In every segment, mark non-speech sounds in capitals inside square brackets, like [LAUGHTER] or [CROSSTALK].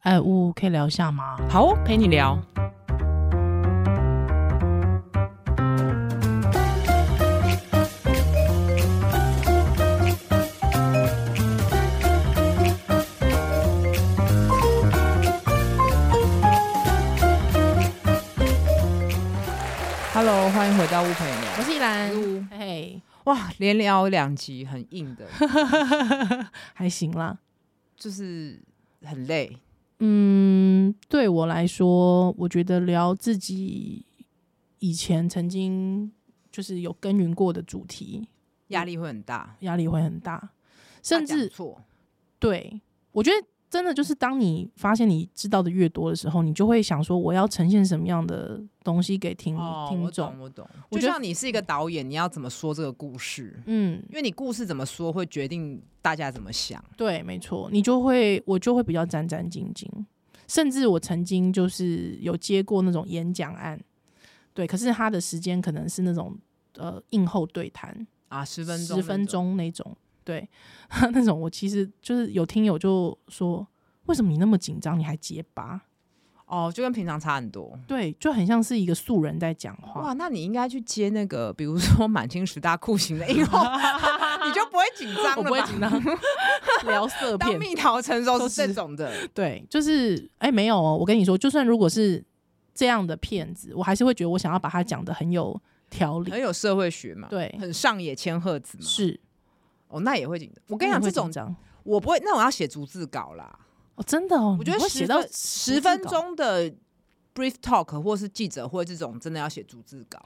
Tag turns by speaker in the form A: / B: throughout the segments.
A: 哎，呜，可以聊一下吗？
B: 好哦，陪你聊。Hello，欢迎回到物陪你
A: 我
B: 聊。
A: 是依兰
B: 呜，
A: 哎嘿，
B: 哇，连聊两集很硬的，
A: 还行啦。
B: 就是很累。
A: 嗯，对我来说，我觉得聊自己以前曾经就是有耕耘过的主题，
B: 压力会很大，
A: 压力会很大，甚
B: 怕讲
A: 至
B: 错，
A: 对我觉得真的就是当你发现你知道的越多的时候，你就会想说我要呈现什么样的东西给听、嗯
B: 哦，
A: 听
B: 我
A: 众
B: 懂，。我懂。
A: 我
B: 就
A: 觉得
B: 像你是一个导演，你要怎么说这个故事？
A: 嗯，
B: 因为你故事怎么说，会决定大家怎么想。
A: 对，没错，你就会我就会比较战战兢兢，甚至我曾经就是有接过那种演讲案，对，可是他的时间可能是那种呃映后对谈，
B: 啊，十分钟，
A: 十分，钟那种，对， [LAUGHS] 那种我其实就是有听友就说，为什么你那么紧张，你还结巴？
B: 哦，就跟平常差很多。
A: 对，就很像是一个素人在讲话
B: 哇，。那你应该去接那个，比如说满清十大酷刑的映后， [LAUGHS] 你就不会紧张
A: 我
B: 了
A: 不会
B: 吧？
A: 紧张，聊色
B: 当
A: 片。
B: 蜜桃成熟是
A: 都
B: 这
A: 是
B: 种的，
A: 对，就是哎、没有哦，我跟你说，就算如果是这样的骗子，我还是会觉得我想要把他讲的很有条理
B: 很。有社会学嘛，，
A: 对，
B: 很上野千鹤子嘛，
A: 是。
B: 哦，那也会紧张。我
A: 我
B: 跟你讲，这种
A: 张
B: 我不会，那我要写逐字稿啦。
A: 哦，真的哦，
B: 我觉
A: 你
B: 得
A: 会
B: 十
A: 写到
B: 分十
A: 字稿
B: 分，钟的 brief talk 或是记者会这种，真的要写逐字稿，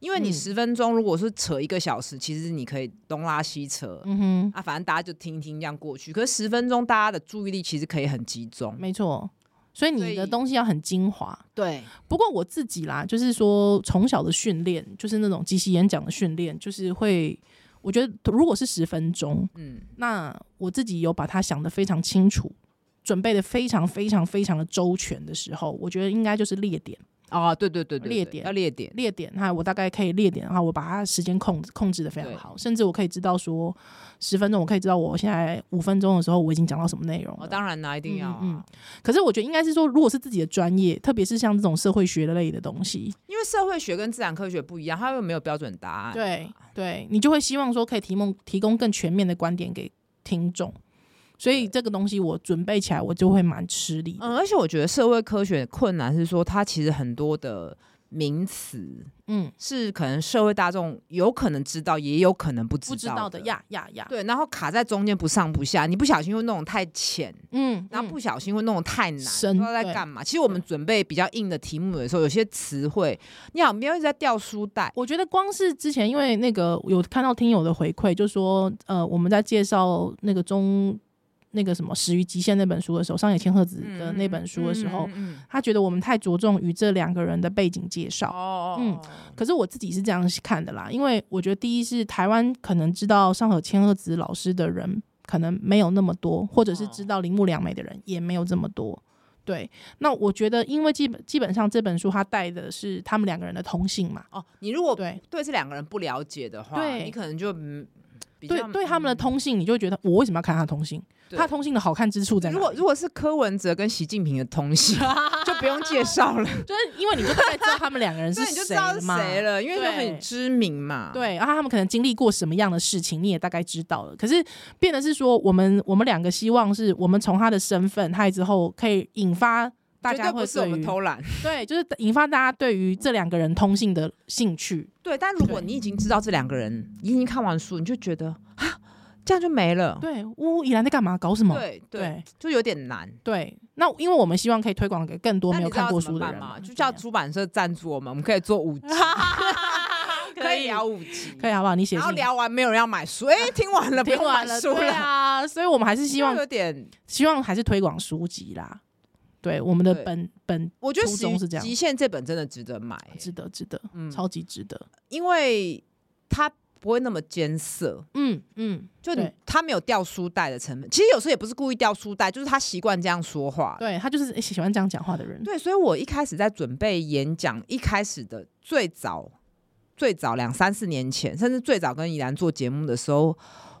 B: 因为你
A: 嗯
B: 十分钟如果是扯一个小时，其实你可以东拉西扯、
A: 嗯
B: 啊，反正大家就听一听这样过去。可是十分钟大家的注意力其实可以很集
A: 哼，
B: 中，
A: 没错。所以
B: 所
A: 你
B: 以
A: 的东西要很精华。
B: 对，
A: 不过我自己啦，就是说从小的训练，就是那种即席演讲的训练，就是会，我觉得如果是十分钟，
B: 嗯，
A: 那我自己有把它想得非常清楚，准备的非常非常非常的周全的时候，我觉得应该就是列点，
B: 哦，对对对对，
A: 列
B: 对
A: 点
B: 要列点，
A: 列点，那我大概可以列点的话，我把它时间控制控制的非常好，甚至我可以知道说十分钟，我可以知道我现在五分钟的时候我已经讲到什么内容了。
B: 哦，当然啦，一定要、啊
A: 嗯嗯可是我觉得应该是说，如果是自己的专业，特别是像这种社会学类的东西，
B: 因为社会学跟自然科学不一样，它又没有标准答案，
A: 对对，你就会希望说可以提供提供更全面的观点给听众。所以这个东西我准备起来，我就会蛮吃力的。
B: 嗯，而且我觉得社会科学的困难是说，它其实很多的名词。
A: 嗯，
B: 是可能社会大众有可能知道，也有可能不知道
A: 不知道的，呀呀呀，
B: 对，然后卡在中间不上不下，你不小心会弄得太浅，
A: 嗯，
B: 然后
A: 嗯
B: 不小心会弄得太难，不
A: 深
B: 知道在
A: 对
B: 干嘛。其实我们准备比较硬的题目的时候，有些词汇，你好，没有一直在掉书袋，
A: 我觉得光是之前，因为那个有看到听友的回馈，就说呃，我们在介绍那个中那个什么《始于极限》那本书的时候，上野千鹤子的嗯那本书的时候，
B: 嗯嗯嗯
A: 他觉得我们太着重于这两个人的背景介
B: 嗯
A: 绍。
B: 哦，
A: 嗯
B: 嗯，哦
A: 可是我自己是这样看的啦，因为我觉得第一是台湾可能知道上野千鹤子老师的人可能没有那么多，或者是
B: 哦
A: 知道铃木良美的人也没有这么多。对，那我觉得，因为基本基本上这本书它带的是他们两个人的同性嘛，
B: 哦，你如果
A: 对，
B: 对这两个人不了解的话，
A: 对
B: 你可能就嗯，比
A: 对
B: 较
A: 对他们的
B: 嗯
A: 通信，你就会觉得我为什么要看他通信？
B: 对
A: 他通信的好看之处在哪
B: 如
A: 里？
B: 果如果是柯文哲跟习近平的
A: [LAUGHS]
B: 通信，就不用介绍了，
A: 就是因为你就大概知道他们两个人是
B: [LAUGHS] 对，你就知道是
A: 嘛，
B: 谁了，因为就很
A: 对
B: 知名嘛，
A: 对，然后他们可能经历过什么样的事情，你也大概知道了。可是变的是说，我们我们两个希望是我们从他的身份害之后，可以引发大
B: 绝
A: 家
B: 对
A: 会
B: 不是我
A: 对
B: 们
A: 于
B: 偷懒。
A: 对，就是引发大家对于这两个人通信的兴趣。
B: [LAUGHS] 对，但如果
A: 对
B: 你已经知道这两个人，你已经看完书，你就觉得啊，这样就没了。
A: 对，乌依然在干嘛？搞什么？
B: 哦对对，
A: 对
B: 就有点难。
A: 对那因为我们希望可以推广给更多
B: 那
A: 没有
B: 你知道
A: 看过
B: 怎
A: 书
B: 么
A: 的
B: 办
A: 人
B: 吗？
A: 嘛，
B: 就
A: 这
B: 叫
A: 样
B: 出版社赞助我们，我们可以做 [LAUGHS] 五集，可以聊五集，
A: 可以好不好？你写
B: 然后
A: 信。
B: 聊完没有人要买书，哎，听完了不
A: 听
B: 用
A: 完
B: 买
A: 了，
B: 书
A: 对
B: 了，
A: 啊，所以我们还是希望
B: 就有点。
A: 希望还是推广书籍啦。对，我们的
B: 对
A: 本本
B: 我觉得
A: 初
B: 《
A: 衷
B: 极
A: 是这样
B: 极限》这本真的值得买，
A: 值得，值得，
B: 嗯，
A: 超级值得。
B: 因为它不会那么艰涩。
A: 嗯嗯，
B: 就你
A: 对
B: 他没有掉书袋的成本，其实有时候也不是故意掉书袋，就是他习惯这样说话。
A: 对他就是喜欢这样讲话的人。
B: 对，所以我一开始在准备演讲，一开始的最早最早两三四年前，甚至最早跟怡兰做节目的时候，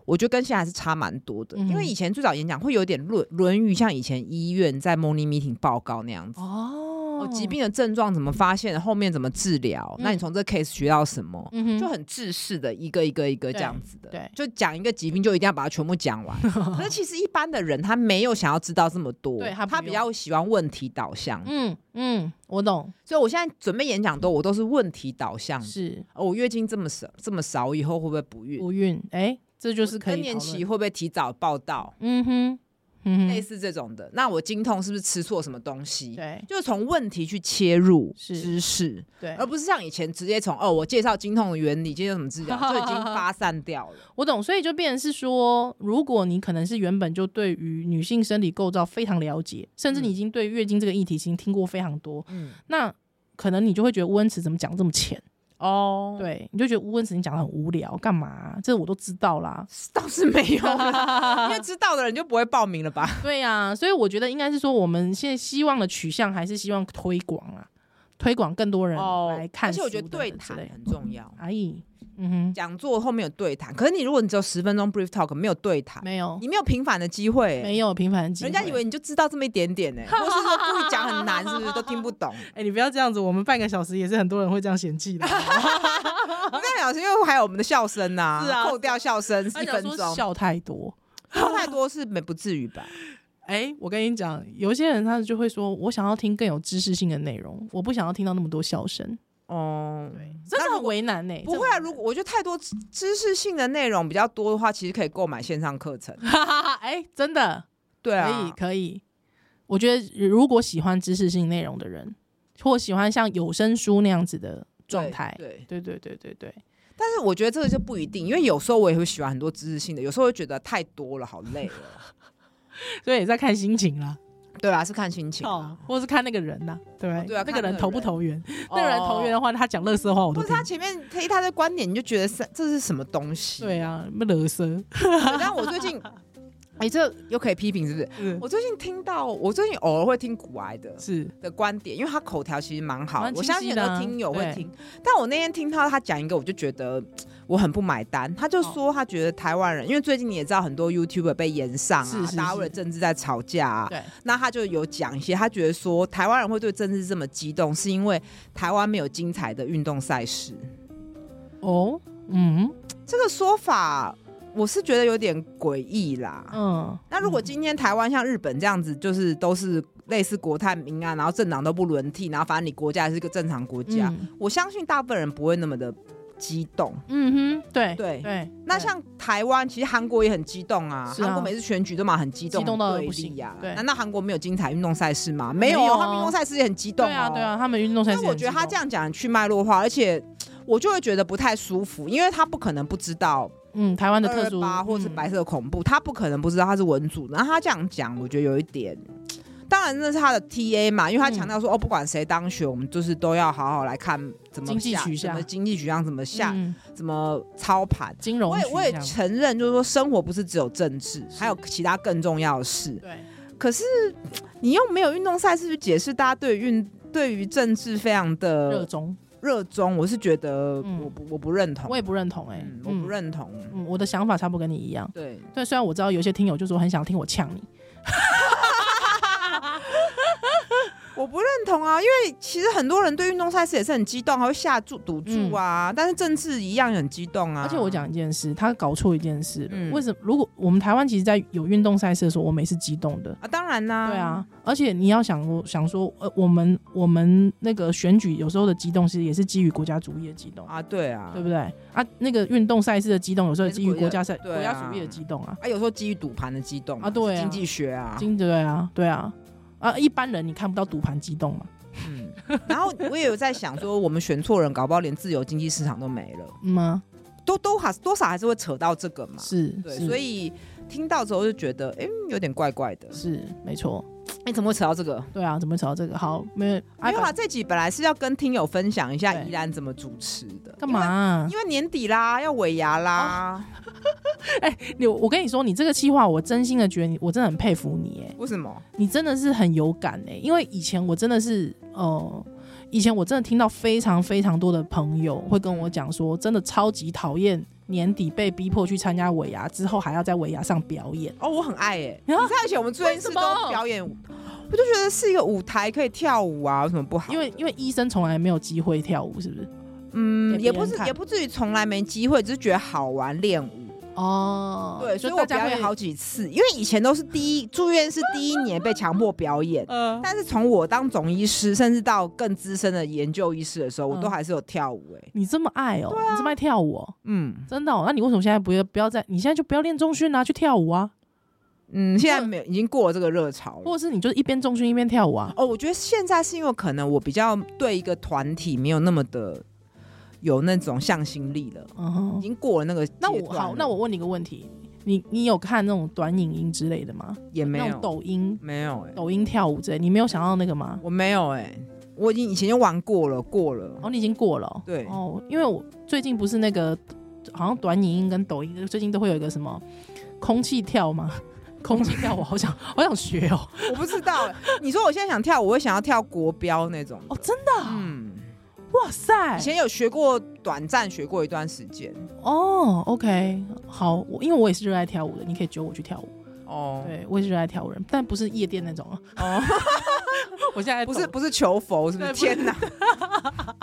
B: 我觉得跟现在还是差蛮多的。
A: 嗯哼
B: 因为以前最早演讲会有点论论于像以前医院在 morning meeting 报告那样子。
A: 哦
B: 哦，疾，病的症状怎么发现？后面怎么治疗？那你从这 case 学到什么？
A: 嗯哼，
B: 就很制式的一个一个一个这样子的，
A: 对
B: 就讲一个疾病就一定要把它全部讲
A: [LAUGHS]
B: 完。可是其实一般的人他没有想要知道这么多，
A: 对他
B: 他
A: 不
B: 比
A: 用
B: 较喜欢问题导向。
A: 嗯嗯，我懂，
B: 所以我现在准备演讲都我都是问题导向的。
A: 是
B: 哦，我月经这么少这么少，以后会不会不孕？
A: 不孕，哎，这就是可
B: 更
A: 以
B: 年
A: 讨论
B: 期，会不会提早报道？
A: 嗯哼，嗯
B: 类
A: 哼，
B: 似这种的。那我经痛是不是吃错什么东西？
A: 对
B: 就是从问题去切入
A: 是
B: 知识，
A: 对
B: 而，不是像以前直接从哦，我介绍经痛的原理，介绍什么治疗，就
A: [LAUGHS]
B: 已经发散掉了。
A: 我懂，所以就变成是说，如果你可能是原本就对于女性生理构造非常了解，甚至你已经对月经这个议题已经听过非常多，
B: 嗯，
A: 那可能你就会觉得吴恩慈怎么讲这么浅，
B: 哦，
A: 对，你就觉得吴恩慈你讲的很无聊，干嘛啊、这我都知道
B: [LAUGHS]
A: 啦。
B: [LAUGHS] 倒是没有
A: [LAUGHS]
B: 啦，因为知道的人就不会报名了吧？
A: 对呀、所以我觉得应该是说，我们现在希望的取向还是希望推广啊，推广更多人来看
B: 哦而且
A: 书
B: 我
A: 等
B: 觉
A: 等
B: 得
A: 之
B: 对
A: 类的、
B: 谈很重要。
A: 哎，嗯
B: 讲座后面有对谈，可是你如果你只有十分钟 brief talk，没有对谈
A: 哼，，没有
B: 你没有平反的机会、欸
A: 没有平凡的机会
B: 人家以为你就知道这么一
A: [LAUGHS]
B: 点点呢、欸，或是说故意讲很难，是不是都听不懂？
A: 哎、你不要这样子，我们半个小时也是很多人会这样嫌弃的。啊
B: [LAUGHS] 我跟你讲，是因为还有我们的笑声呐、
A: 是啊
B: 扣掉笑声是
A: 他
B: 一
A: 讲
B: 分
A: 说
B: 钟，
A: 笑太多。
B: 笑太多是没不至于吧？
A: 哎、我跟你讲，有些人他就会说，我想要听更有知识性的内容，我不想要听到那么多笑声。 [LAUGHS]
B: 哦、
A: 这是很为难呢、
B: 不会啊，如果我觉得太多知知识性的内容比较多的话，其实可以购买线上课程。
A: 果 [LAUGHS] 哎、真的
B: 对
A: 可以
B: 啊，
A: 可以。我觉得如果喜欢知识性内容的人，或喜欢像有声书那样子的状态，
B: 对。对
A: 对对对对对，
B: 但是我觉得这个就不一定，因为有时候我也会喜欢很多知识性的，有时候会觉得太多了，好累了。
A: 所以也在看心情啦，
B: 对啊，是看心情啊、
A: 哦，或是看那个人呐，对不对？
B: 对啊
A: 那
B: 看那
A: 个人
B: 个
A: 投不
B: 人
A: 投缘？ [LAUGHS] 那个人投缘
B: 哦
A: 的话，他讲乐色话我都
B: 或者
A: 听
B: 他。前面他一大堆观点，你就觉得是这是什么东西？
A: 对啊，不乐色。
B: 对但我
A: [LAUGHS]
B: 最近，哎、这又可以批评是不是？
A: 嗯
B: [LAUGHS] 我最近听到，我最近偶尔会听古癌的
A: 是
B: 的观点，因为他口条其实蛮好，
A: 蛮
B: 我
A: 清晰的啊
B: 相信很多听友会
A: 对
B: 听。但我那天听到他讲一个，我就觉得嘖我很不买单。他
A: 哦
B: 就说他觉得台湾人，因为最近你也知道很多 YouTuber 被延上啊，
A: 是是是
B: 大家为了政治在吵架啊。
A: 对，
B: 那他就有讲一些，他觉得说台湾人会对政治这么激动，是因为台湾没有精彩的运动赛事。
A: 哦，嗯
B: 这个说法，我是觉得有点诡异啦。
A: 嗯，
B: 那如果今天台湾像日本这样子，就是都是类似国泰民安，然后政党都不轮替，然后反正你国家也是个正常国家，
A: 嗯
B: 我相信大部分人不会那么的激动。
A: 嗯哼，对
B: 对
A: 对，
B: 那
A: 对
B: 像台湾，其实韩国也很激动啊，
A: 是啊
B: 韩、国每次选举都嘛很激动，
A: 激动到
B: 很对
A: 不行
B: 立呀、
A: 对
B: 难道韩国没有精彩运动赛事吗？没有哦，
A: 没有啊
B: 他们运动赛事也很激动、哦。
A: 对啊对。啊，他们运动赛
B: 所以
A: 事，
B: 我觉得他这，样讲去脉络化，而且我就会觉得不太舒服，因为他不可能不知道
A: 嗯，台湾的
B: 二
A: 特
B: 二
A: 殊嗯
B: 八或是白
A: 色，
B: 色恐怖，他不可能不知道他是文组，然后他这样讲，我觉得有一点。当然，那是他的 T A 嘛，因
A: 嗯
B: 为他强调说、哦，不管谁当选，我们就是都要好好来看怎么
A: 经济
B: 下
A: 取向
B: 怎么经济取向怎么下，
A: 嗯
B: 怎么操盘。
A: 金融
B: 我
A: 取
B: 也
A: 向，
B: 我也承认，就是说生活不是只有政治，
A: 是
B: 还有其他更重要的事。
A: 对，
B: 可是你又没有运动赛事去解释大家对于运对于政治非常
A: 热
B: 的
A: 衷，
B: 热衷，我是觉得
A: 嗯
B: 我不我不认同，
A: 我也不认同，哎
B: 嗯，我
A: 嗯，
B: 不认同，
A: 嗯，我的想法差不多跟你一样。
B: 对。
A: 对，虽然我知道有些听友就说很想听我呛你，
B: 我不认同啊，因为其实很多人对运动赛事也是很激动，还会下注赌注啊，但是政治一样很激动
A: 嗯
B: 啊。
A: 而且我，讲一件事，他搞错一件事了
B: 嗯。
A: 为什么？如果我们台湾其实，在有运动赛事的时候，我们也是激动的，
B: 啊，当然啦、
A: 对啊，，而且你要想我想说，呃，我们我们那个选举有时候的激动，其实也是基于国家主义的激动，
B: 啊，对啊，
A: 对不对？啊，那个运动赛事的激动，有时候也基于国家赛、
B: 也是国
A: 国
B: 家对啊
A: 家主义的激动啊，
B: 啊，有时候基于赌盘的激动嘛
A: 啊对啊
B: 经济学啊，
A: 经对啊，对啊，啊，一般人你看不到赌盘激动嘛，
B: 嗯。然后我也有在想说，我们选错人，搞不好连自由经济市场都没了，
A: 嗯吗？
B: 都都还多少还是会扯到这个嘛。
A: 是，
B: 对，
A: 是
B: 所以听到之后就觉得，哎、有点怪怪的。
A: 是没错，
B: 哎、怎么会扯到这个？
A: 对啊，怎么会扯到这个？好，没有，
B: 没有
A: 啊
B: 啊，这集本来是要跟听友分享一下
A: 对
B: 宜兰怎么主持的，
A: 干嘛哦啊、
B: 因为年底啦，要尾牙啦，
A: 你我跟你说，你这个计划，我真心的觉得你，我真的很佩服你，哎，
B: 为什么？
A: 你真的是很有感哎、因为以前我真的是呃，以前我真的听到非常非常多的朋友会跟我讲说，真的超级讨厌年底被逼迫去参加尾牙，之后还要在尾牙上表演。
B: 哦，我很爱耶、
A: 啊
B: 你看，而且我们最近是
A: 为什
B: 都
A: 么
B: 表演舞，我就觉得是一个舞台可以跳舞啊，有什么不好的？
A: 因为因为医生从来没有机会跳舞，是不是？
B: 嗯，
A: 给
B: 也
A: 别
B: 不
A: 人
B: 是
A: 看
B: 也不至于从来没机会，只是觉得好玩练舞。
A: 哦
B: 对，所以
A: 大
B: 我
A: 家
B: 表演
A: 会
B: 好，几次，因为以前都是第一住院是第一年被强迫表演，
A: 呃，
B: 但是从我当总医师，甚至到更资深的研究医师的时候，我都
A: 嗯
B: 还是有跳舞哎、
A: 你这么爱哦、你这么爱跳舞、哦，
B: 嗯
A: 真的、哦？那你为什么现在不要不要再？你现在就不要练中训啊，去跳舞啊，
B: 嗯，现在没有已经过了这个热潮
A: 或
B: 了。
A: 者是你就一边中训一边跳舞啊？
B: 哦，我觉得现在是因为可能我比较对一个团体没有那么的有那种向心力了，
A: 嗯
B: 已
A: 哼，
B: 经过了那个阶
A: 那
B: 段了。
A: 我好，那我问你个问题，你你有看那种短影音之类的吗？
B: 也没
A: 那种
B: 有
A: 抖音、
B: 没有哎、
A: 抖音跳舞之类，你没有想要那个吗？
B: 我没有哎、我已经以前就玩过了，过了。
A: 哦，你已经过了哦、
B: 对
A: 哦，因为我最近不是那个好像短影音跟抖音最近都会有一个什么空气跳
B: [LAUGHS]
A: 吗？空气跳，我好想好想学哦。
B: 我不知道、欸。你说我现在想跳，我会想要跳国标那种。
A: 哦，真的啊、
B: 嗯，
A: 哇塞
B: 以！前有学过，短暂学过一段时间。
A: 哦，OK，好，我因为我也是热爱跳舞的，你可以揪我去跳舞。
B: 哦，
A: 对，我也是热爱跳舞人，但不是夜店那种啊。
B: 哦， [LAUGHS]
A: 我现在
B: 不是
A: 懂
B: 不是求佛，是不
A: 对
B: 是？
A: 不是
B: 天哪！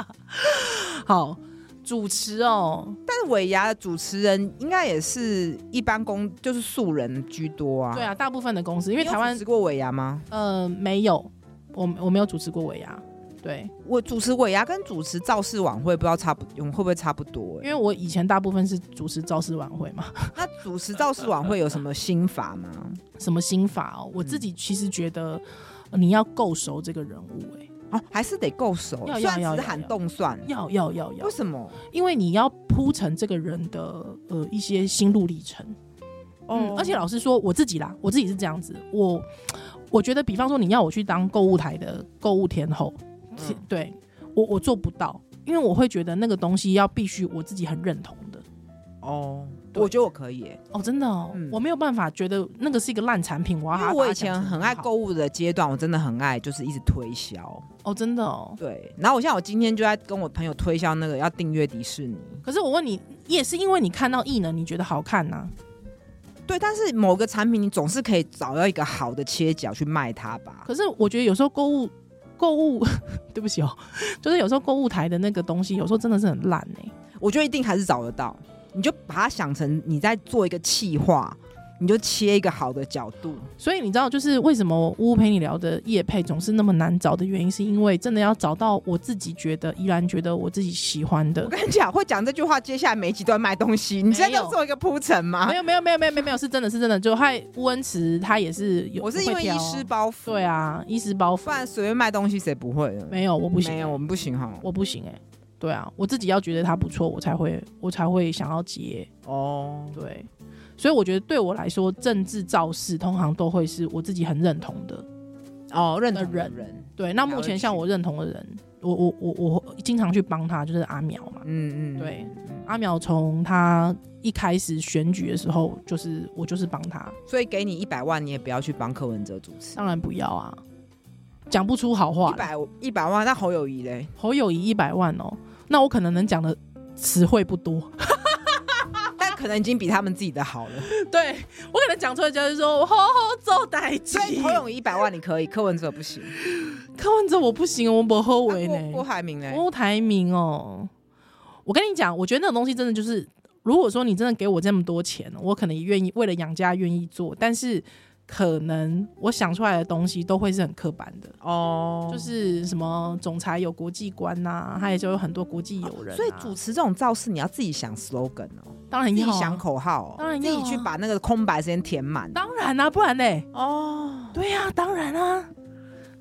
A: 好主持哦，
B: 但是尾牙的主持人应该也是一般公，就是素人居多啊。
A: 对，啊，大部分的公司，因
B: 因
A: 为台湾
B: 主持过尾牙吗？
A: 呃没有，我我没有主持过尾牙，对，
B: 我主持尾牙跟主持造势晚会不知道差不，我们会不会差不多、
A: 因
B: 欸？
A: 为我以前大部分是主持造势晚会嘛，
B: 那主持造势晚会有什么心法吗？
A: [LAUGHS] 什么心法哦，我自己其实觉得呃你要够熟这个人物、欸，
B: 哦，还是得够熟，
A: 要
B: 虽然
A: 要要
B: 只是
A: 要
B: 喊
A: 要
B: 动算，
A: 要要要要
B: 为，什么？
A: 因为你要铺陈这个人的呃一些心路历程。
B: 哦
A: 嗯，而且老实说，我自己啦，我自己是这样子，我我觉得，比方说你要我去当购物台的购物天后，
B: 嗯
A: 对我我做不到，因为我会觉得那个东西要必须我自己很认同的。
B: 哦，
A: 对
B: 我觉得我可以、欸，
A: 哦，真的哦，
B: 嗯
A: 我没有办法觉得那个是一个烂产品，我要
B: 因
A: 把
B: 为
A: 它
B: 我
A: 把它
B: 以前
A: 讲成
B: 很爱
A: 好
B: 购物的阶段，我真的很爱，就是一直推销。
A: 哦，真的哦。
B: 对，然后我像我今天就在跟我朋友推销那个要订阅迪士尼。
A: 可是我问你，也是因为你看到异能，你觉得好看呐、
B: 对，但是某个产品你总是可以找到一个好的切角去卖它吧。
A: 可是我觉得有时候购物购物， [LAUGHS] 对不起哦，就是有时候购物台的那个东西，有时候真的是很烂哎、
B: 我觉得一定还是找得到，你就把它想成你在做一个企划，你就切一个好的角度。
A: 所以你知道，就是为什么屋陪你聊的叶配总是那么难找的原因，是因为真的要找到我自己觉得依然觉得我自己喜欢的
B: 我。跟你讲，会讲这句话，接下来每一集都在卖东西。你真
A: 没
B: 的
A: 有
B: 做一个铺陈吗
A: 没？有没有没有没有没有没有是真的是真的，就害乌恩慈他也是有，
B: 我是因为
A: 会挑
B: 医
A: 啊
B: 师包袱，
A: 对，啊，医师包
B: 不
A: 袱
B: 然随便卖东西谁不会呢？
A: 没有我不行欸
B: 没，有，我们不行哈。
A: 我不行哎、对啊，我自己要觉得他不错，我才会我才会想要接，
B: 哦，
A: 对，所以我觉得对我来说，政治造势通常都会是我自己很认同的，
B: 哦，认
A: 的
B: 同的
A: 人
B: 人，
A: 对，那
B: 了
A: 目前像
B: 解
A: 我认同的人，我我我我经常去帮他，就是阿苗嘛，
B: 嗯嗯，
A: 对，阿苗从他一开始选举的时候，就是我就是帮他，
B: 所以给你一百万，你也不要去帮柯文哲主持。
A: 当然不要啊，讲不出好话
B: 一
A: 啦。
B: 百一百万，那侯友谊嘞？
A: 侯友谊一百万哦，那我可能能讲的词汇不多，
B: 但可能已经比他们自己的好了。
A: [LAUGHS] 对我可能讲出来就是说我好好做代志
B: 所。以侯友谊一百万你可以，柯文哲
A: [LAUGHS]
B: 不行。
A: 看完之后我不行，哦我不后
B: 郭
A: 悔呢。
B: 郭台铭嘞？
A: 郭台铭哦，我跟你讲，我觉得那种东西真的就是，如果说你真的给我这么多钱，我可能也愿意为了养家愿意做，但是可能我想出来的东西都会是很刻板的，
B: 哦，
A: 就是什么总裁有国际观呐、他也就有很多国际友人啊、
B: 所以主持这种造势，你要自己想 slogan 哦，
A: 当然
B: 自
A: 要、
B: 己
A: 啊、
B: 想口号哦，
A: 当然
B: 自
A: 要啊
B: 己去把那个空白时间填满。
A: 当然啊啦、不然嘞，
B: 哦，
A: 对呀、当然啊，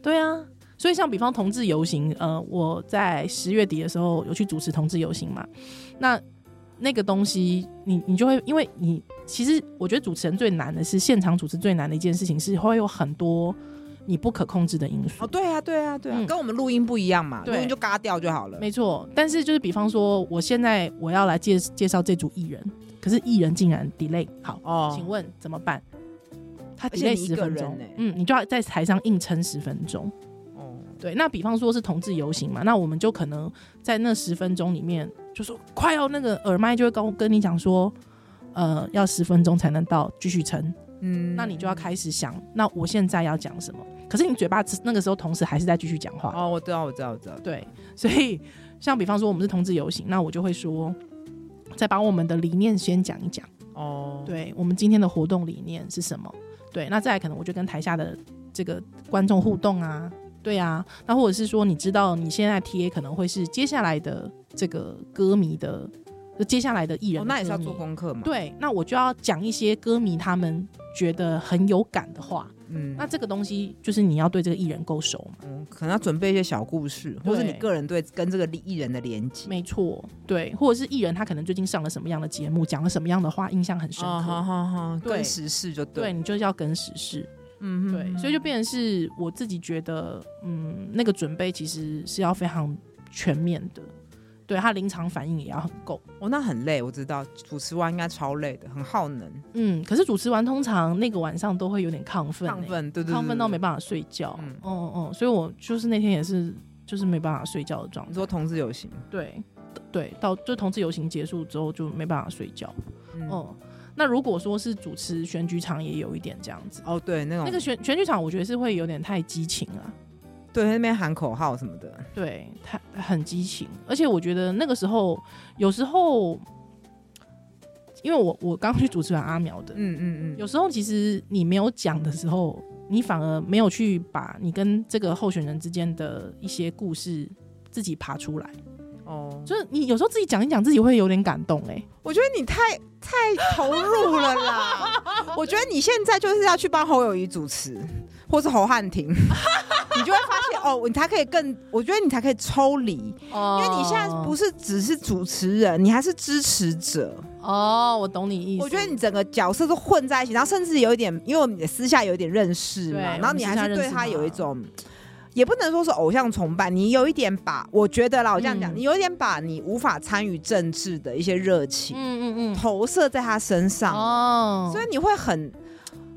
A: 对啊。所以像比方同志游行，呃，我在十月底的时候有去主持同志游行嘛，那那个东西你你就会，因为你其实我觉得主持人最难的是现场主持最难的一件事情是会有很多你不可控制的因素。
B: 哦，对啊，对啊，对啊，
A: 嗯
B: 跟我们录音不一样嘛，录
A: 对
B: 音就嘎掉就好了。
A: 没错，但是就是比方说，我现在我要来介介绍这组艺人，可是艺人竟然 delay，好，
B: 哦
A: 请问怎么办？他
B: 而且
A: delay
B: 你一
A: 十
B: 个
A: 分
B: 人欸
A: 钟
B: 呢，
A: 嗯，你就要在台上硬撑十分钟。
B: 哦，
A: 对，那比方说是同志游行嘛，那我们就可能在那十分钟里面，就说快哦要那个耳麦就会跟我跟你讲说，呃，要十分钟才能到，继续撑。
B: 嗯
A: 那你就要开始想，那我现在要讲什么？可是你嘴巴那个时候同时还是在继续讲话，
B: 哦，我知道，我知道，我知道，
A: [LAUGHS] 对，所以像比方说我们是同志游行，那我就会说，再把我们的理念先讲一讲。
B: 哦，
A: 对我们今天的活动理念是什么？对，那再来可能我就跟台下的这个观众互动啊，对啊，那或者是说你知道你现在 TA 可能会是接下来的这个歌迷的，就接下来的艺人
B: 哦，
A: 的
B: 那也是要
A: 歌迷
B: 做功课嘛，，
A: 对，那我就要讲一些歌迷他们觉得很有感的话。
B: 嗯，
A: 那这个东西就是你要对这个艺人够熟嘛，
B: 嗯可能要准备一些小故事，或是你
A: 对
B: 个人对跟这个艺人的连接，
A: 没错，对，或者是艺人他可能最近上了什么样的节目，讲了什么样的话，印象很深刻。
B: 哦，好好好，
A: 对
B: 跟时事就
A: 对
B: 对，
A: 你就是要跟时事，
B: 嗯哼
A: 对，所以就变成是我自己觉得，嗯，那个准备其实是要非常全面的，对他临场反应也要很够，
B: 哦，那很累，我知道，主持完应该超累的，很耗能，
A: 嗯。可是主持完通常那个晚上都会有点亢奋欸、
B: 亢奋，对对，
A: 亢奋到没
B: 办
A: 办法睡觉，
B: 嗯
A: 嗯嗯嗯，所以我就是那天也是就是没办法睡觉的状
B: 你
A: 态
B: 说，同志游行，
A: 对对，到就同志游行结束之后就没办法睡觉，
B: 嗯
A: 嗯，那如果说是主持选举场也有一点这样子，
B: 哦，对，那种
A: 那个选选举场我觉得是会有点太激情啊了，
B: 对那边喊口号什么的，
A: 对，太很激情，而且我觉得那个时候有时候，因为我我刚去主持完阿苗的，
B: 嗯嗯嗯，
A: 有时候其实你没有讲的时候，你反而没有去把你跟这个候选人之间的一些故事自己爬出来，
B: 哦，
A: 就是你有时候自己讲一讲，自己会有点感动哎、
B: 我觉得你太太投入了 [LAUGHS] 啦！我觉得你现在就是要去帮侯友谊主持，或是侯汉 [LAUGHS] 廷，你就会发现哦，你才可以更，我觉得你才可以抽离，因
A: 哦
B: 为你现在不是只是主持人，你还是支持者。
A: 哦，我懂你意思，
B: 我觉得你整个角色都混在一起，然后甚至有一点，因为我们也私下有一点认识
A: 对
B: 嘛，然
A: 我
B: 后
A: 们
B: 你
A: 私
B: 还
A: 下
B: 是
A: 认
B: 对
A: 识
B: 他有
A: 他
B: 一种。也不能说是偶像崇拜，你有一点把，我觉得啦，我这样讲，
A: 嗯
B: 你有一点把你无法参与政治的一些热情，
A: 嗯嗯嗯，
B: 投射在他身上，
A: 哦
B: 所以你会很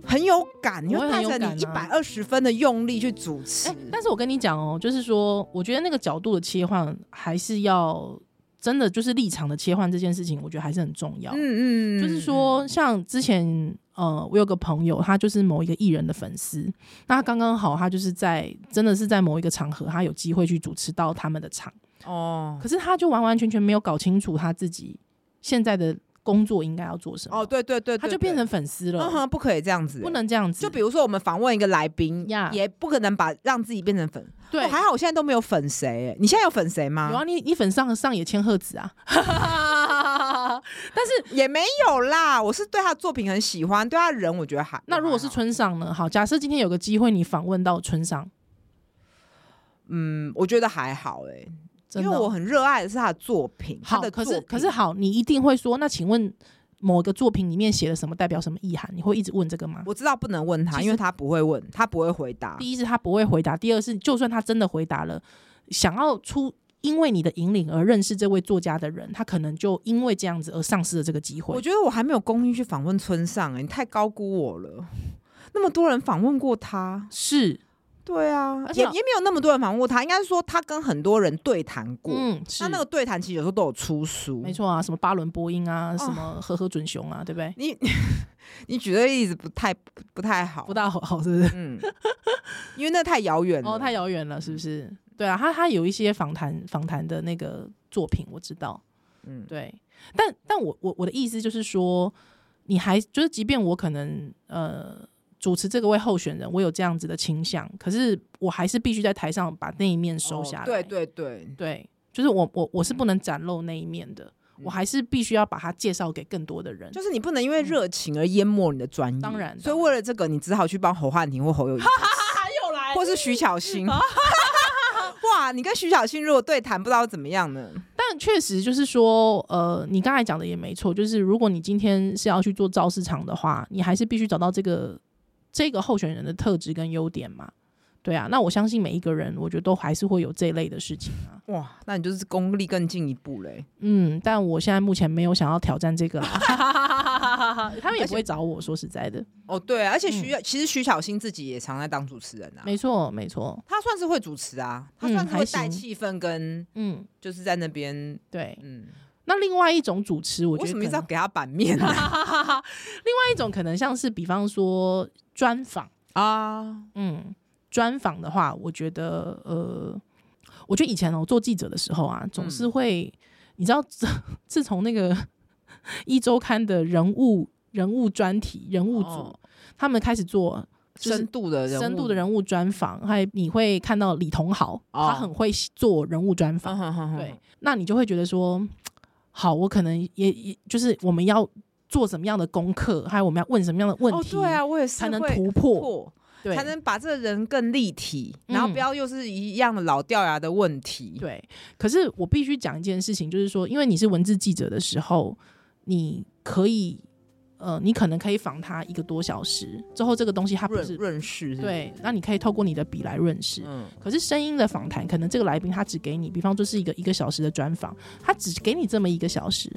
B: 很有感，你
A: 我
B: 会
A: 会很
B: 带
A: 有
B: 着你一
A: 感
B: 百
A: 啊
B: 二十分的用力去主持。
A: 哎、但是我跟你讲哦、就是说，我觉得那个角度的切换还是要真的就是立场的切换这件事情，我觉得还是很重要。
B: 嗯
A: 就是，说，像之前呃，我有个朋友，他就是某一个艺人的粉丝，那他刚刚好，他就是在真的是在某一个场合，他有机会去主持到他们的场，
B: 哦
A: 可是他就完完全全没有搞清楚他自己现在的工作应该要做什么，
B: 哦，对对对，
A: 他就
B: 对
A: 变
B: 对
A: 成粉丝
B: 嗯
A: 了，
B: 哼，不可以这样子，
A: 不。能这样子。
B: 就比如说我们访问一个来宾
A: 呀
B: 也不可能把让自己变成粉。
A: 对
B: 哦，还好我现在都没有粉谁、哎你现在有粉谁吗？
A: 有啊，啊你你粉上上野千鹤子啊，
B: 啊
A: 但是
B: [LAUGHS] 也没有啦。我是对他的作品很喜欢，对他的人我觉得还。
A: 那如果是
B: 还好
A: 村上呢？好，假设今天有个机会，你访问到村上，
B: 嗯，我觉得还好哎、
A: 真
B: 因
A: 的哦
B: 为我很热爱的是他的作品，他
A: 好，
B: 的
A: 可
B: 作
A: 是
B: 品
A: 可是好，你一定会说，那请问某个作品里面写了什么，代表什么意涵？你会一直问这个吗？
B: 我知道不能问他，
A: 其实
B: 因为他不会问，他不会回答。
A: 第一是他不会回答，第二是就算他真的回答了，想要出因为你的引领而认识这位作家的人，他可能就因为这样子而丧失了这个机
B: 我
A: 会。
B: 觉得我还没有功力去访问村上、欸，你太高估我了。那么多人访问过他，
A: 是，
B: 对啊，
A: 而
B: 也
A: 且
B: 也没有那么多人访问过他，应该是说他跟很多人对谈过。
A: 嗯，是
B: 他那个对谈其实有时候都有出书，
A: 没。错啊，什么巴伦波音啊，什
B: 哦
A: 么和和准雄啊，对不对？
B: 你你举的例子不太不太好，
A: 不大好好，是不是？
B: 嗯，因为那太遥远了。嗯
A: 哦，太遥远了，是不是？对啊，他他有一些访谈访谈的那个作品，我知道。
B: 嗯，
A: 对，但但我我我的意思就是说，你还就是，即便我可能呃主持这个位候选人，我有这样子的倾向，可是我还是必须在台上把那一面收
B: 哦
A: 下来。
B: 对对对，
A: 对，就是我我我是不能展露那一面的，我还是必须要把它介绍给更多的人。
B: 嗯就是你 [LAUGHS] 不能因为热情而淹没你的专业。
A: 当然
B: 所以为了这个，你只好去帮侯汉廷或侯友
A: [LAUGHS]
B: 谊
A: 还啊有来
B: 或是徐小
A: [LAUGHS]
B: [LAUGHS] 新。哇，你跟徐小新如果对谈，不知道怎么样呢？
A: [LAUGHS] 但确实就是说，呃，你刚才讲的也没错，就是如果你今天是要去做造市场的话，你还是必须找到这个这个候选人的特质跟优点嘛。对啊，那我相信每一个人，我觉得都还是会有这一类的事情啊。
B: 哇，那你就是功力更进一步嘞。
A: 嗯，但我现在目前没有想要挑战这个
B: [LAUGHS]
A: 啦， [LAUGHS] 他们也不
B: 而
A: 会找我说实在的。
B: 哦，对、啊，而且徐、其实徐小新自己也常在当主持人啊，
A: 没错，没错，
B: 他算是会主持啊，他
A: 嗯
B: 算是会
A: 还
B: 带
A: 行
B: 气氛跟
A: 嗯，
B: 就是在那边
A: 对，
B: 嗯
A: 那另外一种主持，我觉得
B: 为什
A: 可
B: 么一
A: 能
B: 直要给他版面啊呢？
A: [LAUGHS] 另外一种可能像是，比方说专访，
B: 啊，
A: 嗯，专访的话，我觉得呃，我觉得以前哦我做记者的时候啊，总是会，你知道， [LAUGHS] 自自从那个 [LAUGHS] 一周刊的人物人物专题人物组，
B: 哦
A: 他们开始做就是
B: 深度的人物，
A: 深度的人物专访，还你会看到李同豪，
B: 哦
A: 他很会做人物专访，
B: 嗯，哼哼哼
A: 对，那你就会觉得说，好，我可能也也就是我们要做什么样的功课，还有我们要问什么样的问
B: 哦，
A: 题，
B: 对啊，我也是
A: 才能
B: 会
A: 突破，
B: 破，
A: 对，
B: 才能把这个人更立体，
A: 嗯
B: 然后不要又是一样的老掉牙的问题。
A: 对，可是我必须讲一件事情，就是说，因为你是文字记者的时候，你可以，呃，你可能可以访他一个多小时之后，这个东西它不
B: 润
A: 是
B: 润饰，
A: 对，那你可以透过你的笔来认识。
B: 嗯，
A: 可是声音的访谈，可能这个来宾他只给你，比方说是一个一个小时的专访，他只给你这么一个小时，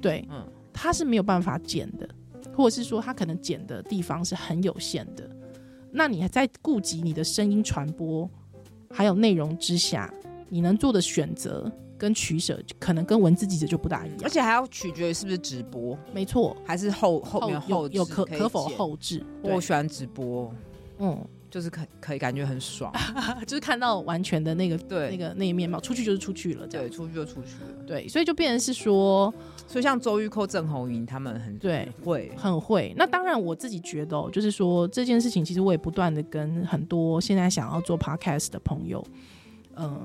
A: 对，
B: 嗯
A: 他是没有办法剪的，或者是说他可能剪的地方是很有限的。那你还在顾及你的声音传播还有内容之下，你能做的选择跟取舍，可能跟文字记者就不大一样。
B: 而且还要取决于是不是直播，
A: 没错，
B: 还是后后面
A: 有
B: 后
A: 有
B: 置
A: 可
B: 以
A: 可否
B: 剪？
A: 后置？对
B: 我，喜欢直播，
A: 嗯，
B: 就是可可以感觉很爽。
A: 就是看到完全的那个
B: 对
A: 啊那个那一面貌，出去就是出去了，这样
B: 对，出去就出去了。
A: 对，所以就变成是说，
B: 所以像周玉蔻、郑红颖他们很
A: 对，
B: 会，
A: 很会。那当然，我自己觉得、哦，就是说这件事情，其实我也不断的跟很多现在想要做 podcast 的朋友，呃，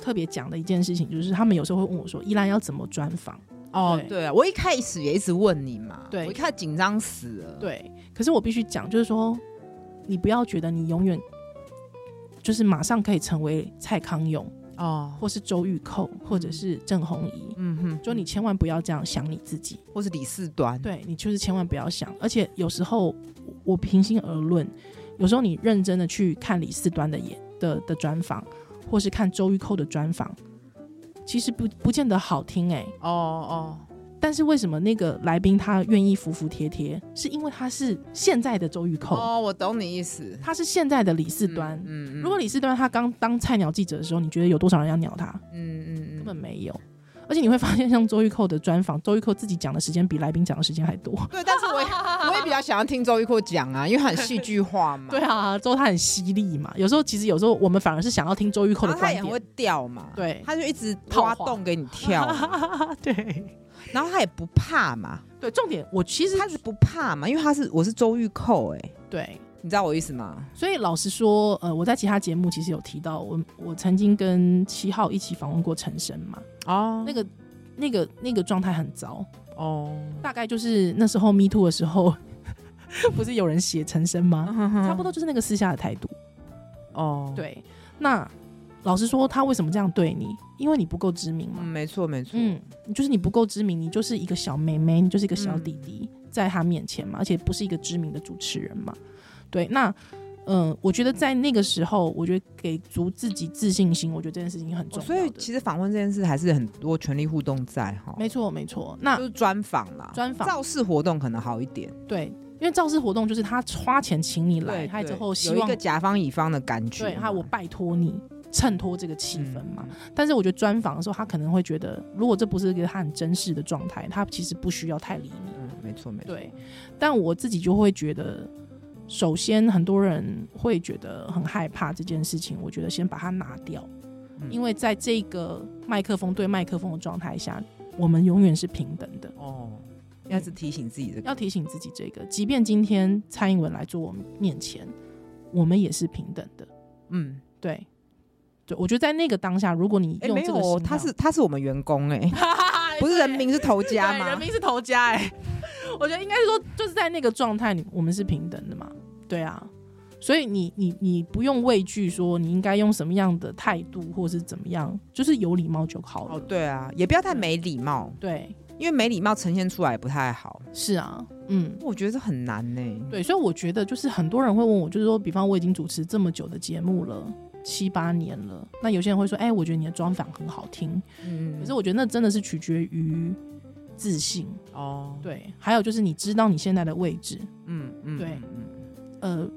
A: 特别讲的一件事情，就是他们有时候会问我说，依兰要怎么专访？
B: 哦，
A: 对
B: 对啊，我一开始也一直问你嘛，
A: 对
B: 我一开始紧张死了，，
A: 对，可是我必须讲，就是说，你不要觉得你永远就是马上可以成为蔡康永，
B: 哦，
A: 或是周玉蔻，或者是郑红怡。
B: 嗯哼，
A: 就你千万不要这样想你自己，
B: 或是李四端，
A: 对你就是千万不要想。而且有时候我我平心而论，有时候你认真的去看李四端的演的的专访，或是看周玉蔻的专访，其实不不见得好听哎、
B: 哦哦，
A: 但是为什么那个来宾他愿意服服帖帖，是因为他是现在的周玉蔻，
B: 哦，我懂你意思。
A: 他是现在的李四端。
B: 嗯
A: 如果李四端他刚当菜鸟记者的时候，你觉得有多少人要鸟他？
B: 嗯嗯
A: 根本
B: 嗯，
A: 没有。而且你会发现，像周玉蔻的专访，周玉蔻自己讲的时间比来宾讲的时间还多。
B: 对，但是我
A: [LAUGHS]
B: 也我也比较想要听周玉蔻讲啊，因为很戏剧化
A: [LAUGHS]
B: 嘛，
A: 对，啊，周他很犀利嘛，有时候其实有时候我们反而是想要听周玉蔻的
B: 然后他
A: 观
B: 也很会
A: 点，
B: 掉嘛，，
A: 对
B: 他就一直
A: 套
B: 挖
A: 话
B: 洞给你跳
A: [LAUGHS]
B: 嘛，
A: 对
B: 然后他也不怕嘛，
A: 啊对，重点我其实
B: 他是不怕嘛，因为他是我是周玉蔻哎、
A: 对，
B: 你知道我意思吗？
A: 所以老实说，呃，我在其他节目其实有提到，我我曾经跟七号一起访问过陈升嘛，
B: 哦
A: 那个那个那个状态很糟，
B: 哦，
A: 大概就是那时候 Me Too 的时候， [LAUGHS] 不是有人写陈升吗？差
B: 差
A: 不多就是那个私下的态度。
B: 哦，，
A: 对，那老实说，他为什么这样对你？因为你不够知名嘛
B: 嗯，。没错没错，
A: 嗯，就是你不够知名，你就是一个小妹妹，你就是一个小
B: 嗯
A: 弟弟，在他面前嘛，而且不是一个知名的主持人嘛。对，那嗯、呃我觉得在那个时候，我觉得给足自己自信心，我觉得这件事情很重
B: 哦
A: 要的。
B: 所以其实访问这件事还是很多权力互动在哈，
A: 没错，没错。那
B: 就是专访啦，
A: 专访
B: 造势活动可能好一点，
A: 对，因为造势活动就是他花钱请你来，
B: 对
A: 他之
B: 对
A: 后希
B: 有一
A: 望
B: 个甲方乙方的感觉嘛，
A: 对，还有我拜托你衬托这个气氛
B: 嗯
A: 嘛。但是我觉得专访的时候，他可能会觉得，如果这不是一个他很真实的状态，他其实不需要太理你。
B: 嗯，没错没错，
A: 对，但我自己就会觉得，首先很多人会觉得很害怕这件事情，我觉得先把它拿掉，
B: 嗯
A: 因为在这个麦克风对麦克风的状态下，我们永远是平等的。
B: 哦，要是提醒自己这个，
A: 要提醒自己，这个即便今天蔡英文来坐我们面前，我们也是平等的。
B: 嗯，
A: 对，对，我觉得在那个当下，如果你
B: 哎、
A: 用
B: 没
A: 这
B: 有
A: 个
B: 哦，
A: 心
B: 他
A: 态， [LAUGHS]
B: 是 [LAUGHS] 他是我们员工哎、不是人民是头家
A: 对，人
B: 吗？
A: 民是头家哎、 [LAUGHS] 我觉得应该是说，就是在那个状态里，我们是平等的嘛。对啊，所以你你你不用畏惧说你应该用什么样的态度或是怎么样，就是有礼貌就好了。
B: 哦，对啊，也不要太没礼貌，
A: 对，
B: 因为没礼貌呈现出来也不太好。
A: 是啊，嗯。
B: 我觉得这很难呢、
A: 对，所以我觉得就是很多人会问我，就是说，比方我已经主持这么久的节目了，七八年了，那有些人会说，哎、我觉得你的专访很好听，
B: 嗯
A: 可是我觉得那真的是取决于自信，
B: 哦，
A: 对，还有就是你知道你现在的位置，
B: 嗯嗯
A: 对
B: 嗯
A: 呃，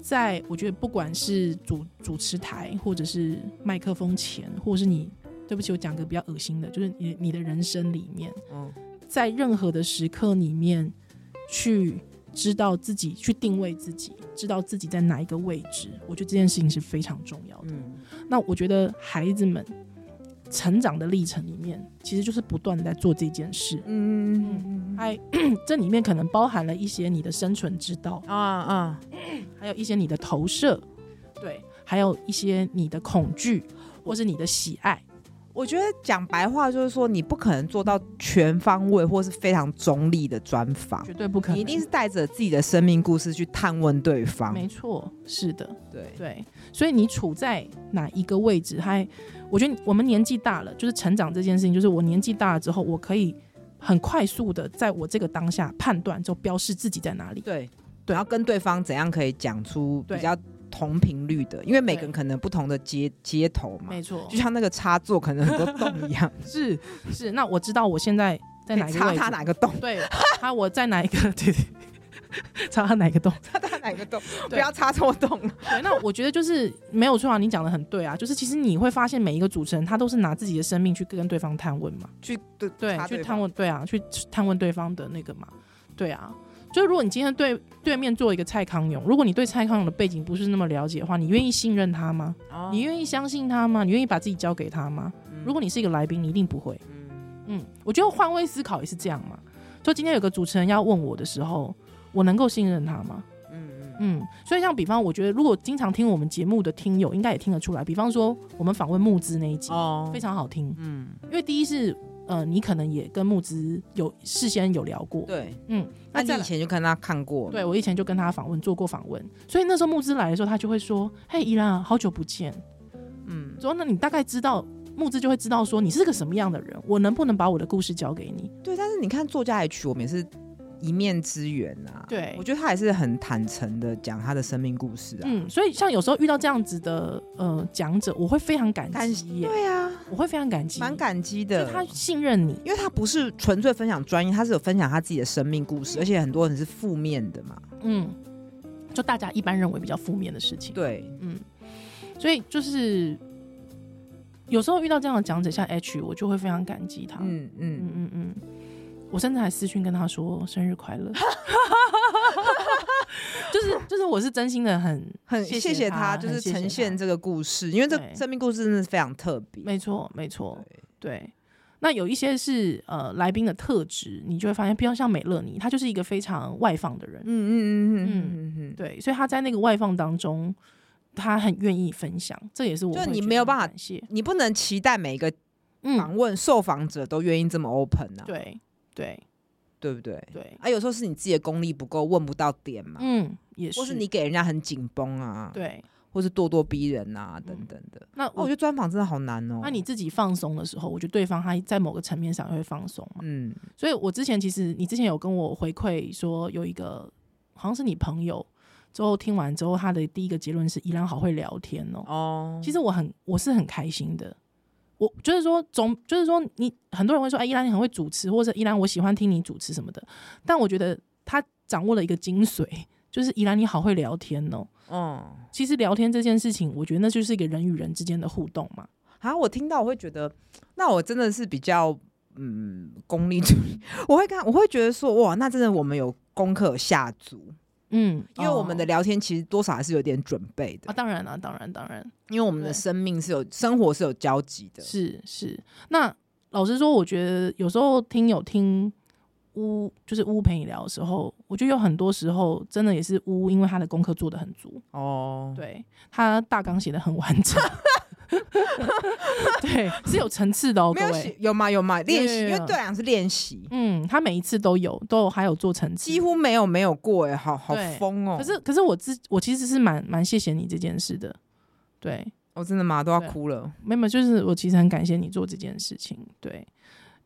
A: 在我觉得不管是主主持台，或者是麦克风前，或者是你对不起，我讲个比较恶心的，就是你你的人生里面，
B: 嗯，
A: 在任何的时刻里面去知道自己，去定位自己，知道自己在哪一个位置，我觉得这件事情是非常重要的。
B: 嗯，
A: 那我觉得孩子们成长的历程里面，其实就是不断的在做这件事。
B: 嗯，
A: 哎， [CLEARS THROAT] 这里面可能包含了一些你的生存之道，
B: 啊啊，
A: 还有一些你的投射，对，还有一些你的恐惧或是你的喜爱。
B: 我觉得讲白话就是说，你不可能做到全方位或是非常中立的专访
A: 绝，对不可能，
B: 你一定是带着自己的生命故事去探问对方。
A: 没错，是的，
B: 对，
A: 对，所以你处在哪一个位置，还我觉得我们年纪大了，就是成长这件事情，就是我年纪大了之后，我可以很快速的在我这个当下判断，就标示自己在哪里。
B: 对，然后跟对方怎样可以讲出比
A: 对
B: 较同频率的，因为每个
A: 对
B: 人可能不同的接接头嘛，
A: 没错
B: 就，像那个插座可能很多洞一样，
A: 是是，那我知道我现在 [LAUGHS] 在哪一个
B: 插
A: 位置
B: 它，哪个洞，
A: 对，他我在哪一个， [LAUGHS] 对对，插 [LAUGHS] 他哪一个洞。
B: 插它哪 [LAUGHS] 个洞，不
A: 对
B: 要插错洞了。
A: 对，那我觉得就是没有错啊，你讲的很对啊，就是其实你会发现每一个主持人他都是拿自己的生命去跟对方探问嘛，
B: 去对
A: 对，
B: 插
A: 去
B: 对
A: 探
B: 方
A: 问，对啊，去探问对方的那个嘛，对啊。就如果你今天对对面做一个蔡康永，如果你对蔡康永的背景不是那么了解的话，你愿意信任他吗？
B: 哦
A: 你愿意相信他吗？你愿意把自己交给他吗？
B: 嗯
A: 如果你是一个来宾，你一定不会。嗯，我觉得换位思考也是这样嘛。就今天有个主持人要问我的时候，我能够信任他吗？
B: 嗯嗯
A: 嗯，所以像比方，我觉得如果经常听我们节目的听友，应该也听得出来。比方说，我们访问募资那一集、
B: 哦
A: 非常好听，
B: 嗯
A: 因为第一是呃，你可能也跟募资有事先有聊过，
B: 对，
A: 嗯，
B: 那你
A: 再
B: 以
A: 来
B: 前就跟他看过，
A: 对我以前就跟他访问做过访问，所以那时候募资来的时候，他就会说：“嘿，依兰啊，好久不见。
B: 嗯”
A: 之后那你大概知道募资就会知道说你是个什么样的人，我能不能把我的故事交给你？
B: 对，但是你看作家也娶我们也是一面之缘啊，
A: 对
B: 我觉得他也是很坦诚的讲他的生命故事啊，
A: 嗯，所以像有时候遇到这样子的呃讲者，我会非常感
B: 感
A: 激耶，
B: 对啊，
A: 我会非常感激，
B: 蛮感激
A: 就
B: 的，
A: 他信任你。
B: 因为他不是纯粹分享专业，他是有分享他自己的生命故事，而且很多人是负面的嘛。
A: 嗯，就大家一般认为比较负面的事情。，
B: 对，
A: 嗯，所以就是有时候遇到这样的讲者，像 H，我就会非常感激他。嗯
B: 嗯嗯，
A: 嗯嗯，我甚至还私讯跟他说生日
B: [LAUGHS]
A: 快乐。就是就是，我是真心的很
B: 很
A: 谢
B: 谢
A: 谢
B: 谢
A: 他
B: 他，就
A: 很
B: 是
A: 谢谢
B: 呈现
A: 他
B: 这个故事，因为这
A: 对
B: 生命故事真的是非常特别。
A: 没错没错，对。那有一些是呃来宾的特质，你就会发现，比方像美乐妮，她就是一个非常外放的人，
B: 嗯嗯嗯嗯嗯嗯
A: 对，所以她在那个外放当中，她很愿意分享，这也是我
B: 就
A: 会
B: 你
A: 觉
B: 没有
A: 得
B: 办法
A: 感谢，
B: 你不能期待每一个
A: 嗯，
B: 访问受访者都愿意这么 open 啊，
A: 对对
B: 对不对？
A: 对，
B: 啊，有时候是你自己的功力不够，问不到点嘛，
A: 嗯，也是，
B: 或是你给人家很紧绷啊，，
A: 对，
B: 或是咄咄逼人啊，等等的。
A: 那
B: 哦，我
A: 我
B: 觉得专访真的好难哦。
A: 那你自己放松的时候，我觉得对方他在某个层面上也会放松嘛。
B: 嗯
A: 所以我之前其实你之前有跟我回馈说，有一个好像是你朋友之后听完之后，他的第一个结论是伊朗好会聊天哦。
B: 哦，
A: 其实我很我是很开心的。我就是说，总就是说你，很多人会说，哎，依兰你很会主持，或者依兰我喜欢听你主持什么的。但我觉得他掌握了一个精髓，就是依兰你好会聊天哦。
B: 哦。
A: 其实聊天这件事情，我觉得那就是一个人与人之间的互动嘛。
B: 啊，我听到我会觉得，那我真的是比较嗯功利主义，我会看我会觉得说，哇，那真的我们有功课有下足，
A: 嗯，
B: 因为我们的
A: 哦
B: 聊天其实多少还是有点准备的，
A: 啊，当然了、当然，当然
B: 因为我们的
A: 对
B: 生命是有生活是有交集的，
A: 是是。那老实说，我觉得有时候听友听乌就是乌陪你聊的时候，我觉得有很多时候真的也是乌，因为他的功课做的很足，
B: 哦，
A: 对他大纲写的很完整， [LAUGHS] 对，是有层次的哦，
B: 没
A: 各
B: 有
A: 位
B: 写。有吗？有吗？练
A: 有
B: 习，
A: 有
B: 因为
A: 有
B: 对啊讲是练习，
A: 嗯，他每一次都有，都有还有做层次，
B: 几乎没有没有过哎、好好
A: 对
B: 疯哦、
A: 可是，可是我自我其实是蛮蛮谢谢你这件事的，对，
B: 我、哦真的吗？都要
A: 对
B: 哭了，
A: 没有，就是我其实很感谢你做这件事情，对，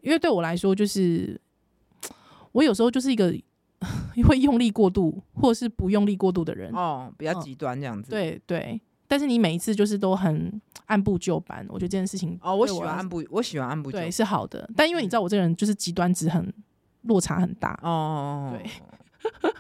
A: 因为对我来说，就是我有时候就是一个会用力过度或是不用力过度的人，
B: 哦，比较
A: 嗯
B: 极端这样子，。
A: 对对。但是你每一次就是都很按部就班，我觉得这件事情
B: 哦，我
A: 对
B: 喜欢
A: 来
B: 按部，我喜欢按部就嗯
A: 对，是好的。但因为你知道我这个人就是极端值很落差很大，
B: 哦，
A: 对，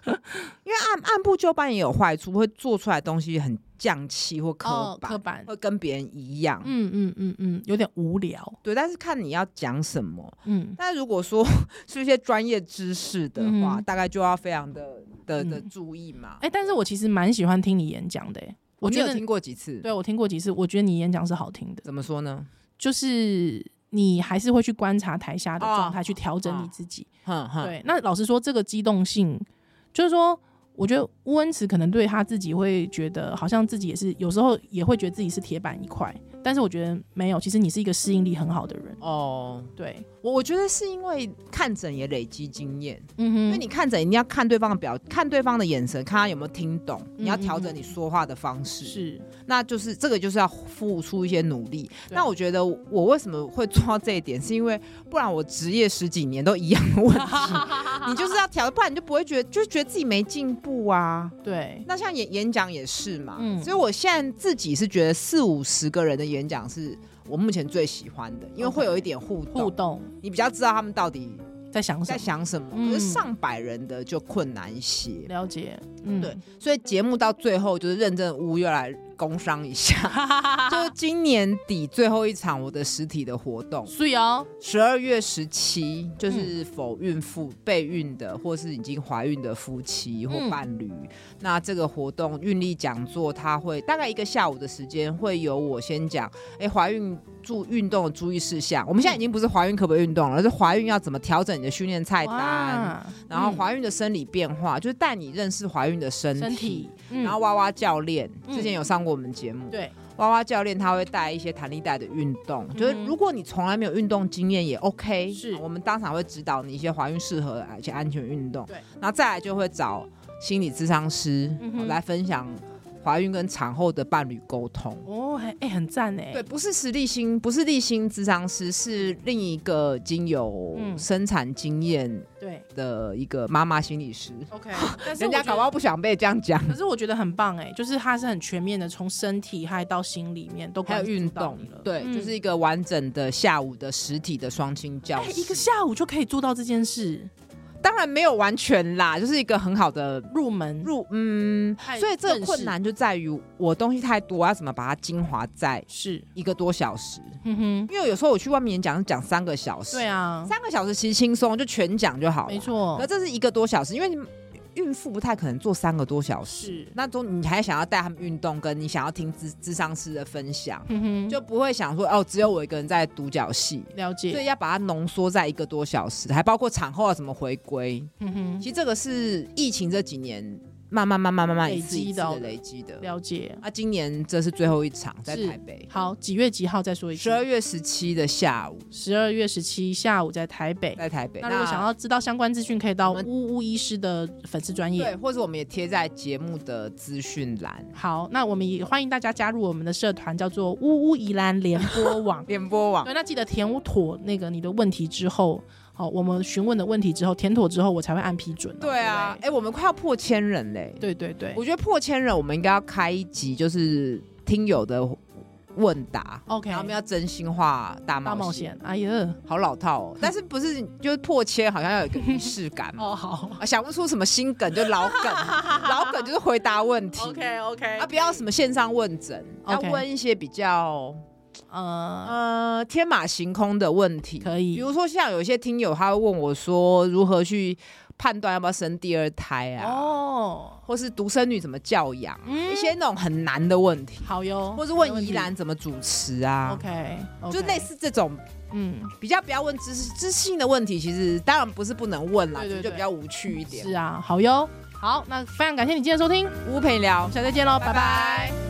B: 因为按按部就班也有坏处，会做出来东西很匠气或刻
A: 哦，
B: 板，
A: 刻板，
B: 会跟别人一样。
A: 嗯嗯嗯嗯，有点无聊，
B: 对，但是看你要讲什么。
A: 嗯，
B: 但如果说 [LAUGHS] 是一些专业知识的话，
A: 嗯
B: 大概就要非常的的的
A: 嗯
B: 注意嘛。哦
A: 哎、但是我其实蛮喜欢听你演讲的、欸，我
B: 你
A: 觉
B: 有
A: 得
B: 听，过几次？
A: 对我听过几次，我觉得你演讲是好听的，
B: 怎么说呢？
A: 就是你还是会去观察台下的状态，
B: 哦
A: 去调整你
B: 哦
A: 自己。
B: 哼哼，
A: 对，那老实说，这个机动性，就是说，我觉得乌恩慈可能对他自己会觉得，好像自己也是有时候也会觉得自己是铁板一块，但是我觉得没有，其实你是一个适应力很好的人。
B: 哦，
A: 对，
B: 我我觉得是因为看诊也累积经验，
A: 嗯哼，
B: 因为你看诊一定要看对方的表，看对方的眼神，看他有没有听懂，
A: 嗯
B: 你要调整你说话的方式。，
A: 是
B: 那就是这个就是要付出一些努力。
A: 对
B: 那我觉得我为什么会做到这一点，是因为不然我职业十几年都一样的问
A: [LAUGHS]
B: 题，你就是要调，不然你就不会觉得就觉得自己没进步啊。
A: 对，
B: 那像演演讲也是嘛，
A: 嗯
B: 所以我现在自己是觉得四五十个人的演讲是我目前最喜欢的，因为
A: OK
B: 会有一点互动
A: 互动
B: 你比较知道他们到底
A: 在想什
B: 在
A: 么？
B: 想什么。
A: 嗯
B: 可是上百人的就困难一些，
A: 了解，嗯，
B: 对，所以节目到最后就是认真屋又来工商
A: [LAUGHS]
B: 一下，就是今年底最后一场我的实体的活动，
A: 所以哦，
B: 十二月十七，就是
A: 嗯
B: 否孕妇、备孕的，或是已经怀孕的夫妻
A: 嗯
B: 或伴侣。那这个活动孕力讲座，它会大概一个下午的时间，会由我先讲，哎、怀孕注运动的注意事项。我们现在已经不是怀孕可不可以运动了，而是怀孕要怎么调整你的训练菜单，
A: 哇，
B: 然后
A: 嗯
B: 怀孕的生理变化，就是带你认识怀孕的身体。
A: 身体，嗯
B: 然后娃娃教练
A: 嗯
B: 之前有上过我们节目，
A: 对，
B: 娃娃教练他会带一些弹力带的运动，就是
A: 嗯
B: 如果你从来没有运动经验也 OK，
A: 是
B: 我们当场会指导你一些怀孕适合而且安全运动，
A: 对，
B: 然后再来就会找心理咨商师、
A: 嗯哼
B: 来分享怀孕跟产后的伴侣沟通。
A: 哦，哎、哎很赞哎，
B: 对，，不是实力心，不是立心咨商师，是另一个经有
A: 嗯
B: 生产经验
A: 对
B: 的一个妈妈心理师。
A: [LAUGHS] ，OK，但是
B: 人
A: 我
B: 家
A: 觉
B: 搞
A: 得
B: 不好不想被这样讲。
A: 可是我觉得很棒哎、就是它是很全面的，从身体还到心里面都
B: 还
A: 关
B: 有
A: 注
B: 运
A: 到
B: 动
A: 你了，
B: 对，
A: 嗯
B: 就是一个完整的下午的实体的双亲教
A: 哎、
B: 室。
A: 一个下午就可以做到这件事，
B: 当然没有完全啦，就是一个很好的
A: 入门
B: 入嗯，
A: 太
B: 所以这
A: 正
B: 个
A: 式
B: 困难就在于我东西太多，我要怎么把它精华在
A: 是，
B: 一个多小时？
A: 嗯哼哼，
B: 因为有时候我去外面演讲是讲三个小时，
A: 对啊，
B: 三个小时其实轻松，就全讲就好了。
A: 没，错
B: 可，这是一个多小时，因为你孕妇不太可能做三个多小时，
A: 是，
B: 那中你还想要带他们运动，跟你想要听智智商师的分享，
A: 哼嗯哼，
B: 就不会想说哦，只有我一个人在独角戏。
A: 了
B: 所以
A: 解，
B: 要把它浓缩在一个多小时，还包括产后要怎么回归，
A: 哼嗯哼
B: 其，实这个是疫情这几年慢慢慢慢慢慢
A: 累
B: 一次
A: 积
B: 一次
A: 到
B: 的
A: 的
B: 累积的。
A: 了解。
B: 啊，今年这是最后一场在
A: 是
B: 台北，
A: 好，几月几号再说一次
B: 十？二月十七的下午
A: 十二月十七下午在台北。
B: 在台北。
A: 那如果想要知道相关资讯，可以到呜呜医师的粉丝专
B: 对，
A: 业。
B: 或者我们也贴在节目的资讯栏。
A: 好，那我们也欢迎大家加入我们的社团，叫做呜呜宜兰联播网。
B: 联播网
A: 对，那记得填妥那个你的问题之后，好、我们询问的问题之后，填妥之后，我才会按批准哦、
B: 对啊，哎、我们快要破千人嘞！
A: 对不对，对对对
B: 我觉得破千人，我们应该要开一集，就是听友的问答，
A: ，OK，
B: 然后我们要真心话大
A: 哎大
B: 冒
A: 冒
B: 险，
A: 险，哎呀，
B: 好老套哦。但是不是就是破千，好像要有一个仪式感嘛。
A: 哦好
B: 啊，想不出什么新梗就老梗，老梗就是回答问题。
A: [LAUGHS] OK，
B: 啊，不要什么线上问诊，要
A: OK
B: 问一些比较啊
A: 呃，
B: 呃天马行空的问题。
A: 可
B: 比
A: 以，
B: 如说像有一些听友他会问我说，如何去判断要不要生第二胎啊，
A: 哦，
B: 或是独生女怎么教养啊，
A: 嗯
B: 一些那种很难的问题，
A: 好哟，
B: 或是
A: 没
B: 问
A: 问
B: 宜
A: 题
B: 兰怎么主持啊。
A: ，OK，, o
B: 就类，似这种
A: 嗯，
B: 比较不要问知识知识性的问题，其实当然不是不能问啦，
A: 对
B: 只
A: 对
B: 是就
A: 对
B: 比较无趣一点。
A: 是啊，好哟，好，那非常感谢你今天的收听，
B: 吴陪你
A: 我
B: 聊
A: 们，下次再见喽，拜拜
B: 拜拜